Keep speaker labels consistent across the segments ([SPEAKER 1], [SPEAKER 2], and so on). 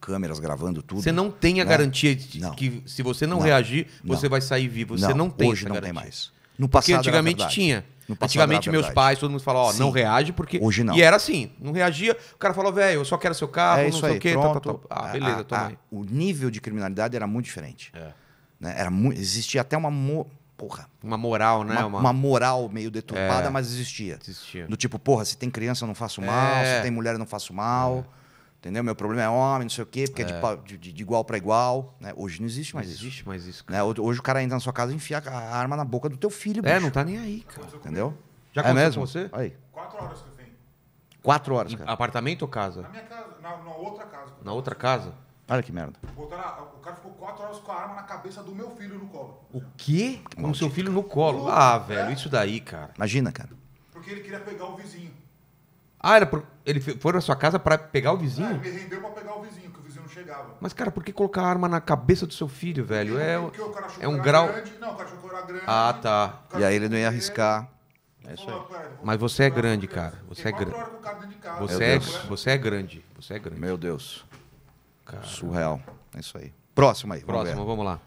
[SPEAKER 1] câmeras gravando tudo.
[SPEAKER 2] Você não tem a
[SPEAKER 1] né?
[SPEAKER 2] garantia de
[SPEAKER 1] Não.
[SPEAKER 2] que se você não,
[SPEAKER 1] Não.
[SPEAKER 2] reagir,
[SPEAKER 1] Não.
[SPEAKER 2] você vai sair vivo. Você não, tem
[SPEAKER 1] hoje
[SPEAKER 2] essa
[SPEAKER 1] não
[SPEAKER 2] garantia.
[SPEAKER 1] tem mais. No
[SPEAKER 2] Porque
[SPEAKER 1] passado era
[SPEAKER 2] antigamente
[SPEAKER 1] verdade.
[SPEAKER 2] tinha.
[SPEAKER 1] No passado
[SPEAKER 2] Antigamente
[SPEAKER 1] era
[SPEAKER 2] meus
[SPEAKER 1] verdade.
[SPEAKER 2] pais, todo mundo falava, ó,
[SPEAKER 1] Sim.
[SPEAKER 2] não reage porque...
[SPEAKER 1] Hoje não.
[SPEAKER 2] E era assim, não reagia, o cara falava, velho, eu só quero seu carro,
[SPEAKER 1] é
[SPEAKER 2] não
[SPEAKER 1] isso
[SPEAKER 2] sei
[SPEAKER 1] aí,
[SPEAKER 2] o quê, tal,
[SPEAKER 1] pronto.
[SPEAKER 2] tal, tal. Ah,
[SPEAKER 1] A-
[SPEAKER 2] beleza,
[SPEAKER 1] a-
[SPEAKER 2] toma
[SPEAKER 1] a-
[SPEAKER 2] aí.
[SPEAKER 1] O nível de criminalidade era muito diferente.
[SPEAKER 2] É.
[SPEAKER 1] né? Era mu- existia até uma, mo- porra,
[SPEAKER 2] Uma moral, né?
[SPEAKER 1] uma,
[SPEAKER 2] Uma... É.
[SPEAKER 1] uma moral meio deturpada, mas existia.
[SPEAKER 2] Existia.
[SPEAKER 1] Do tipo, porra, se tem criança eu não faço mal,
[SPEAKER 2] É.
[SPEAKER 1] se tem mulher eu não faço mal. Entendeu? Meu problema é homem, não sei o quê, porque é, de pa- de, de- de igual para igual. né? Hoje não existe mais isso.
[SPEAKER 2] Existe mais isso. cara.
[SPEAKER 1] né? Hoje o cara entra na sua casa e enfia a arma na boca do teu filho,
[SPEAKER 2] É,
[SPEAKER 1] bicho.
[SPEAKER 2] não tá nem aí, cara.
[SPEAKER 1] Entendeu?
[SPEAKER 2] Já
[SPEAKER 1] é
[SPEAKER 2] aconteceu
[SPEAKER 1] mesmo?
[SPEAKER 2] com você?
[SPEAKER 1] Aí.
[SPEAKER 3] Quatro horas que eu venho.
[SPEAKER 1] Quatro horas, cara.
[SPEAKER 2] Apartamento ou
[SPEAKER 3] Na
[SPEAKER 2] casa?
[SPEAKER 3] minha casa, na, na outra casa.
[SPEAKER 2] Na outra casa?
[SPEAKER 1] Olha que merda.
[SPEAKER 3] Botaram a- o cara ficou quatro horas com a arma na cabeça do meu filho no colo.
[SPEAKER 2] O quê? Com seu filho no colo. Ah, velho, isso daí, cara.
[SPEAKER 1] Imagina, cara.
[SPEAKER 3] Porque ele queria pegar o vizinho.
[SPEAKER 2] Ah, era por... ele fe- foi na sua casa pra pegar o
[SPEAKER 3] Ah,
[SPEAKER 2] vizinho?
[SPEAKER 3] ele me rendeu pra pegar o vizinho, que o vizinho não chegava.
[SPEAKER 2] Mas, cara, por que colocar a arma na cabeça do seu filho, velho? É,
[SPEAKER 3] Porque o cara achou
[SPEAKER 2] é
[SPEAKER 3] que
[SPEAKER 2] um
[SPEAKER 3] eu era
[SPEAKER 2] grau.
[SPEAKER 3] Grande. Não, o cara achou que eu era grande.
[SPEAKER 2] Ah, tá.
[SPEAKER 3] O cara
[SPEAKER 1] E aí
[SPEAKER 3] achou
[SPEAKER 1] ele não
[SPEAKER 3] que
[SPEAKER 1] ia
[SPEAKER 3] eu
[SPEAKER 1] arriscar. É isso
[SPEAKER 3] Falou,
[SPEAKER 1] aí.
[SPEAKER 3] "Cara, eu vou
[SPEAKER 2] Mas você é
[SPEAKER 3] procurar
[SPEAKER 2] grande,
[SPEAKER 3] uma criança."
[SPEAKER 2] cara. Você
[SPEAKER 3] Fiquei
[SPEAKER 2] é
[SPEAKER 3] quatro
[SPEAKER 2] grande.
[SPEAKER 3] horas com o cara dentro de casa.
[SPEAKER 2] Você
[SPEAKER 1] Meu
[SPEAKER 2] é,
[SPEAKER 1] Deus.
[SPEAKER 2] você é grande. Você é grande.
[SPEAKER 1] Meu Deus.
[SPEAKER 2] Cara.
[SPEAKER 1] Surreal. É isso aí. Próximo aí. vamos ver.
[SPEAKER 2] Próximo, vamos lá.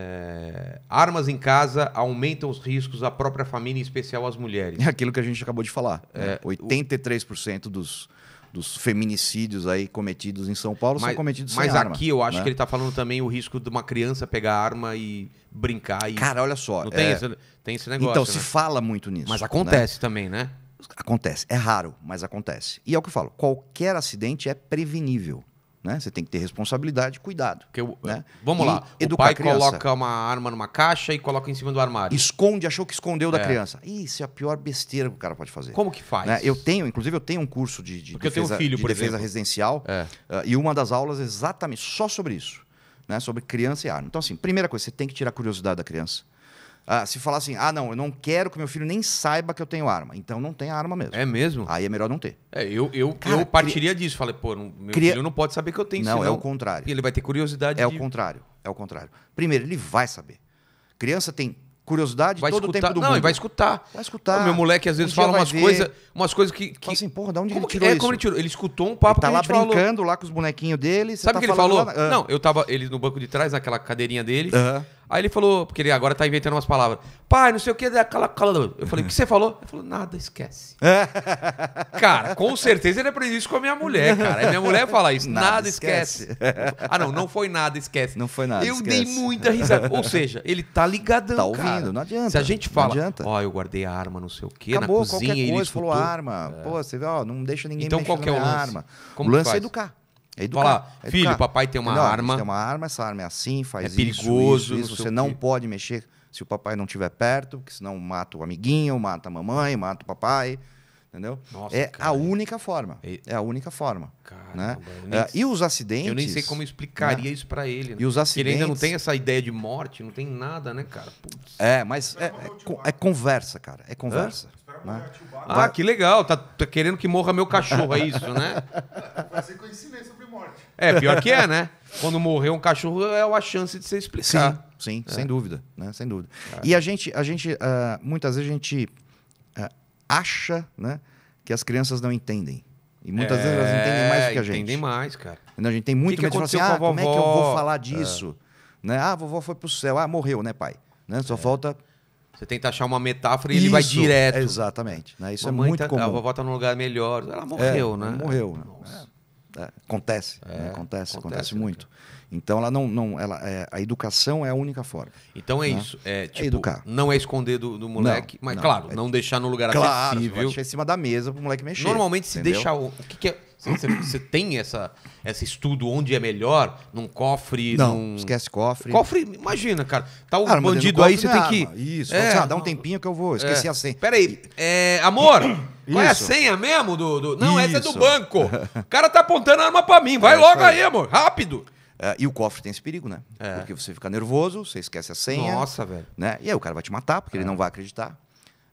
[SPEAKER 2] É, Armas em casa aumentam os riscos à própria família, em especial às mulheres.
[SPEAKER 1] É aquilo que a gente acabou de falar. né?
[SPEAKER 2] É,
[SPEAKER 1] 83% dos, dos feminicídios aí cometidos em São Paulo são cometidos
[SPEAKER 2] mas
[SPEAKER 1] sem arma.
[SPEAKER 2] aqui eu acho
[SPEAKER 1] né?
[SPEAKER 2] que ele tá falando também o risco de uma criança pegar a arma e brincar. E...
[SPEAKER 1] Cara, olha só.
[SPEAKER 2] não tem,
[SPEAKER 1] é,
[SPEAKER 2] esse, tem esse negócio.
[SPEAKER 1] então, se
[SPEAKER 2] né?
[SPEAKER 1] fala muito nisso.
[SPEAKER 2] Mas
[SPEAKER 1] né?
[SPEAKER 2] acontece também, né?
[SPEAKER 1] Acontece. É raro, mas acontece. E é o que eu falo. Qualquer acidente é prevenível. Né? Você tem que ter responsabilidade e cuidado.
[SPEAKER 2] Porque o-
[SPEAKER 1] Né?
[SPEAKER 2] Vamos
[SPEAKER 1] E
[SPEAKER 2] lá. O
[SPEAKER 1] educar
[SPEAKER 2] pai
[SPEAKER 1] a criança.
[SPEAKER 2] coloca uma arma numa caixa e coloca em cima do armário.
[SPEAKER 1] Esconde, achou que escondeu da criança. Isso é a pior besteira que o cara pode fazer.
[SPEAKER 2] Como que faz?
[SPEAKER 1] né? Eu tenho, inclusive, eu tenho um curso de, de
[SPEAKER 2] Porque eu tenho
[SPEAKER 1] defesa,
[SPEAKER 2] um filho,
[SPEAKER 1] de
[SPEAKER 2] por
[SPEAKER 1] defesa
[SPEAKER 2] exemplo.
[SPEAKER 1] residencial
[SPEAKER 2] É.
[SPEAKER 1] ah, e uma das aulas é exatamente só sobre isso, né? sobre criança e arma. Então, assim, primeira coisa, você tem que tirar a curiosidade da criança. Ah, se falar assim, ah, não, eu não quero que meu filho nem saiba que eu tenho arma. Então, não tem arma mesmo.
[SPEAKER 2] É mesmo?
[SPEAKER 1] Aí é melhor não ter.
[SPEAKER 2] É, eu, eu,
[SPEAKER 1] Cara,
[SPEAKER 2] eu partiria disso. Falei, pô, não- meu
[SPEAKER 1] cria-
[SPEAKER 2] filho não pode saber que eu tenho,
[SPEAKER 1] não,
[SPEAKER 2] senão
[SPEAKER 1] é o contrário.
[SPEAKER 2] ele vai ter curiosidade
[SPEAKER 1] É
[SPEAKER 2] de-
[SPEAKER 1] o contrário. É o contrário. Primeiro, ele vai saber. Criança tem curiosidade
[SPEAKER 2] vai
[SPEAKER 1] todo o
[SPEAKER 2] escutar.
[SPEAKER 1] tempo do
[SPEAKER 2] não,
[SPEAKER 1] mundo.
[SPEAKER 2] ele vai escutar.
[SPEAKER 1] Vai escutar.
[SPEAKER 2] O meu moleque às
[SPEAKER 1] Um
[SPEAKER 2] vezes
[SPEAKER 1] dia
[SPEAKER 2] fala
[SPEAKER 1] vai
[SPEAKER 2] umas
[SPEAKER 1] ver.
[SPEAKER 2] coisas, umas coisas que, que
[SPEAKER 1] Fala assim, porra, de onde
[SPEAKER 2] como
[SPEAKER 1] ele
[SPEAKER 2] que-
[SPEAKER 1] tirou
[SPEAKER 2] é,
[SPEAKER 1] isso?
[SPEAKER 2] como ele tirou? Ele escutou um
[SPEAKER 1] Ele
[SPEAKER 2] papo
[SPEAKER 1] tá
[SPEAKER 2] que
[SPEAKER 1] lá
[SPEAKER 2] a gente falou.
[SPEAKER 1] brincando lá com os bonequinhos dele. você
[SPEAKER 2] Sabe o
[SPEAKER 1] tá
[SPEAKER 2] que ele
[SPEAKER 1] falando
[SPEAKER 2] falou?
[SPEAKER 1] lá na- Ah.
[SPEAKER 2] Não, eu tava ele no banco de trás, naquela cadeirinha dele.
[SPEAKER 1] Aham.
[SPEAKER 2] Aí ele falou, porque ele agora tá inventando umas palavras. Pai, não sei o que, daquela cala. Eu falei, o que você falou? Ele falou, nada, esquece.
[SPEAKER 1] É.
[SPEAKER 2] cara, com certeza ele aprendeu isso com a minha mulher, cara. Aí minha mulher fala isso, nada,
[SPEAKER 1] Nada,
[SPEAKER 2] esquece. ah, não, não foi nada, esquece.
[SPEAKER 1] Não foi nada,
[SPEAKER 2] Eu
[SPEAKER 1] esquece.
[SPEAKER 2] dei muita risada. Ou seja, ele tá ligadão,
[SPEAKER 1] Tá ouvindo,
[SPEAKER 2] cara.
[SPEAKER 1] não adianta,
[SPEAKER 2] Se a gente
[SPEAKER 1] não
[SPEAKER 2] fala,
[SPEAKER 1] adianta.
[SPEAKER 2] ó, eu guardei a arma, não sei o que, na
[SPEAKER 1] Acabou
[SPEAKER 2] cozinha,
[SPEAKER 1] qualquer
[SPEAKER 2] ele
[SPEAKER 1] coisa, falou
[SPEAKER 2] escutou.
[SPEAKER 1] arma. Pô, você vê, ó, não deixa ninguém
[SPEAKER 2] Então,
[SPEAKER 1] mexer
[SPEAKER 2] qual
[SPEAKER 1] na
[SPEAKER 2] que é o
[SPEAKER 1] minha
[SPEAKER 2] lance?
[SPEAKER 1] arma.
[SPEAKER 2] Como
[SPEAKER 1] o
[SPEAKER 2] que
[SPEAKER 1] lance
[SPEAKER 2] faz?
[SPEAKER 1] é educar. É educar.
[SPEAKER 2] Falar,
[SPEAKER 1] é
[SPEAKER 2] filho,
[SPEAKER 1] educar.
[SPEAKER 2] papai tem uma
[SPEAKER 1] Entendeu? Ó,
[SPEAKER 2] arma.
[SPEAKER 1] Você tem uma arma, essa arma é assim, faz
[SPEAKER 2] É
[SPEAKER 1] isso,
[SPEAKER 2] perigoso,
[SPEAKER 1] isso,
[SPEAKER 2] não
[SPEAKER 1] isso.
[SPEAKER 2] sei
[SPEAKER 1] Você
[SPEAKER 2] o
[SPEAKER 1] não
[SPEAKER 2] quê.
[SPEAKER 1] pode mexer se o papai não estiver perto, porque senão mata o amiguinho, mata a mamãe, mata o papai. Entendeu?
[SPEAKER 2] Nossa,
[SPEAKER 1] é
[SPEAKER 2] cara.
[SPEAKER 1] a única forma.
[SPEAKER 2] E-
[SPEAKER 1] É a única forma.
[SPEAKER 2] Caramba,
[SPEAKER 1] né?
[SPEAKER 2] eu nem
[SPEAKER 1] Ah, e os acidentes.
[SPEAKER 2] Eu nem sei como eu explicaria isso pra ele. né?
[SPEAKER 1] E os
[SPEAKER 2] Porque Ele ainda não
[SPEAKER 1] acidentes?
[SPEAKER 2] tem essa ideia de morte, não tem nada, né, cara? Putz.
[SPEAKER 1] É, mas é, é con- é conversa, cara. É conversa.
[SPEAKER 3] Espera
[SPEAKER 1] né?
[SPEAKER 3] morrer ativado.
[SPEAKER 2] Ah, que legal. Tá, tá querendo que morra meu cachorro, é isso, né?
[SPEAKER 3] Vai ser coincidência sobre morte.
[SPEAKER 2] É, pior que é, né? Quando morrer um cachorro, é a chance de você
[SPEAKER 1] Sim,
[SPEAKER 2] explicar.
[SPEAKER 1] sim, sem dúvida, né? Sem dúvida.
[SPEAKER 2] É.
[SPEAKER 1] E a gente, a gente ah, muitas vezes a gente ah, acha, né, que as crianças não entendem. E muitas vezes elas entendem mais do que a gente.
[SPEAKER 2] É, Entendem mais, cara.
[SPEAKER 1] Entendeu? A gente tem muito
[SPEAKER 2] que
[SPEAKER 1] medo de
[SPEAKER 2] aconteceu
[SPEAKER 1] falar assim, ah,
[SPEAKER 2] com a
[SPEAKER 1] como é que eu
[SPEAKER 2] vovó?"
[SPEAKER 1] vou falar disso? Né? Ah, a vovó foi pro céu. Ah, morreu, né, pai? Né? Só falta...
[SPEAKER 2] Você tenta achar uma metáfora e É. ele vai
[SPEAKER 1] Isso,
[SPEAKER 2] direto.
[SPEAKER 1] Exatamente. Né? Isso
[SPEAKER 2] Mamãe
[SPEAKER 1] é muito
[SPEAKER 2] tá-
[SPEAKER 1] comum.
[SPEAKER 2] A vovó tá num lugar melhor. Ela
[SPEAKER 1] É,
[SPEAKER 2] morreu, né?
[SPEAKER 1] Morreu. né? É, é, acontece, né? acontece, acontece,
[SPEAKER 2] acontece, né,
[SPEAKER 1] muito. Então ela não, não ela, é, a educação é a única forma.
[SPEAKER 2] Então é isso. É, tipo,
[SPEAKER 1] Né? educar.
[SPEAKER 2] Não é esconder do, do moleque, mas
[SPEAKER 1] não. é
[SPEAKER 2] claro, não deixar num lugar
[SPEAKER 1] Claro, você vai
[SPEAKER 2] acessível.
[SPEAKER 1] deixar em cima da mesa pro moleque mexer.
[SPEAKER 2] é Normalmente se
[SPEAKER 1] entendeu?
[SPEAKER 2] deixa o. o que, que é. Você, você- você tem essa, esse estudo onde é melhor? Num cofre?
[SPEAKER 1] Não,
[SPEAKER 2] num...
[SPEAKER 1] esquece cofre.
[SPEAKER 2] Cofre, imagina, cara. Tá o
[SPEAKER 1] Ah, mas dentro
[SPEAKER 2] bandido
[SPEAKER 1] do
[SPEAKER 2] aí,
[SPEAKER 1] cofre
[SPEAKER 2] você
[SPEAKER 1] não
[SPEAKER 2] tem
[SPEAKER 1] é
[SPEAKER 2] que.
[SPEAKER 1] arma. Isso,
[SPEAKER 2] É.
[SPEAKER 1] fala assim, ah, dá um tempinho que eu vou, esqueci a senha.
[SPEAKER 2] Peraí, é, amor, qual é a
[SPEAKER 1] Isso.
[SPEAKER 2] senha mesmo do... do- Não, essa é do
[SPEAKER 1] Isso.
[SPEAKER 2] banco. O cara tá apontando a arma pra mim. Vai
[SPEAKER 1] É
[SPEAKER 2] logo
[SPEAKER 1] isso aí.
[SPEAKER 2] aí, amor. Rápido.
[SPEAKER 1] É, e o cofre tem esse perigo, né? Porque você fica nervoso, você esquece a senha.
[SPEAKER 2] É. Nossa, velho.
[SPEAKER 1] Né? E aí o cara vai te matar, porque ele não vai acreditar.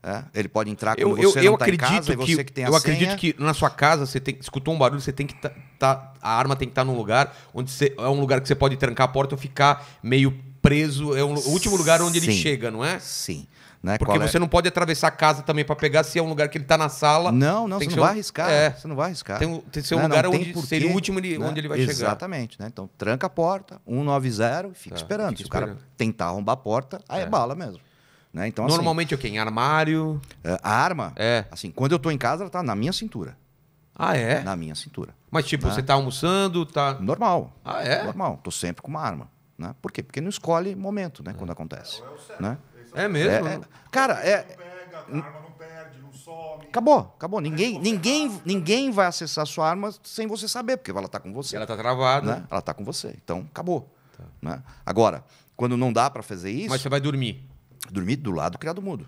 [SPEAKER 1] É, Ele pode entrar quando
[SPEAKER 2] Eu, eu,
[SPEAKER 1] você
[SPEAKER 2] eu
[SPEAKER 1] não tá em
[SPEAKER 2] acredito
[SPEAKER 1] casa, e
[SPEAKER 2] que,
[SPEAKER 1] você que tem a
[SPEAKER 2] eu
[SPEAKER 1] senha.
[SPEAKER 2] acredito que na sua casa você tem, escutou um barulho, você tem que tá, tá- a arma tem que estar num lugar onde você, é um lugar que você pode trancar a porta ou ficar meio preso, é um lu- o último lugar onde ele
[SPEAKER 1] Sim.
[SPEAKER 2] chega, não é?
[SPEAKER 1] Sim. Né?
[SPEAKER 2] Porque
[SPEAKER 1] Qual é?
[SPEAKER 2] você não pode atravessar a casa também pra pegar se é um lugar que ele tá na sala.
[SPEAKER 1] Não, não,
[SPEAKER 2] Tem
[SPEAKER 1] você não
[SPEAKER 2] que ser um-
[SPEAKER 1] vai arriscar.
[SPEAKER 2] É.
[SPEAKER 1] Você não vai arriscar.
[SPEAKER 2] Tem, um- tem que ser um
[SPEAKER 1] Né? Não
[SPEAKER 2] lugar
[SPEAKER 1] tem
[SPEAKER 2] onde
[SPEAKER 1] porquê,
[SPEAKER 2] seria o último ele-
[SPEAKER 1] né?
[SPEAKER 2] onde ele vai chegar.
[SPEAKER 1] Exatamente, né? Então tranca a porta, 190 e fica
[SPEAKER 2] Tá,
[SPEAKER 1] esperando.
[SPEAKER 2] fica
[SPEAKER 1] Se o cara
[SPEAKER 2] esperando.
[SPEAKER 1] tentar arrombar a porta, aí é,
[SPEAKER 2] É.
[SPEAKER 1] bala mesmo. Né? Então, assim,
[SPEAKER 2] Normalmente é o quê? Em armário.
[SPEAKER 1] é, a arma,
[SPEAKER 2] É.
[SPEAKER 1] assim, quando eu tô em casa, ela tá na minha cintura.
[SPEAKER 2] Ah, é?
[SPEAKER 1] Na minha cintura.
[SPEAKER 2] Mas tipo,
[SPEAKER 1] Ah.
[SPEAKER 2] você tá almoçando, tá.
[SPEAKER 1] Normal.
[SPEAKER 2] Ah, é?
[SPEAKER 1] Normal. Tô sempre com uma arma. Né? Por quê? Porque não escolhe momento, né? Quando acontece. Né?
[SPEAKER 2] É mesmo?
[SPEAKER 1] É, é- cara, é,
[SPEAKER 3] Não pega,
[SPEAKER 2] Hum.
[SPEAKER 3] a arma não perde, não some.
[SPEAKER 1] Acabou, acabou. Ninguém, ninguém, ninguém vai acessar a sua arma sem você saber, porque ela está com você.
[SPEAKER 2] Ela tá travada.
[SPEAKER 1] né? Ela tá com você. Então, acabou. né? Agora, quando não dá para fazer isso,
[SPEAKER 2] Tá. Mas você vai dormir.
[SPEAKER 1] dormir do lado criado mudo.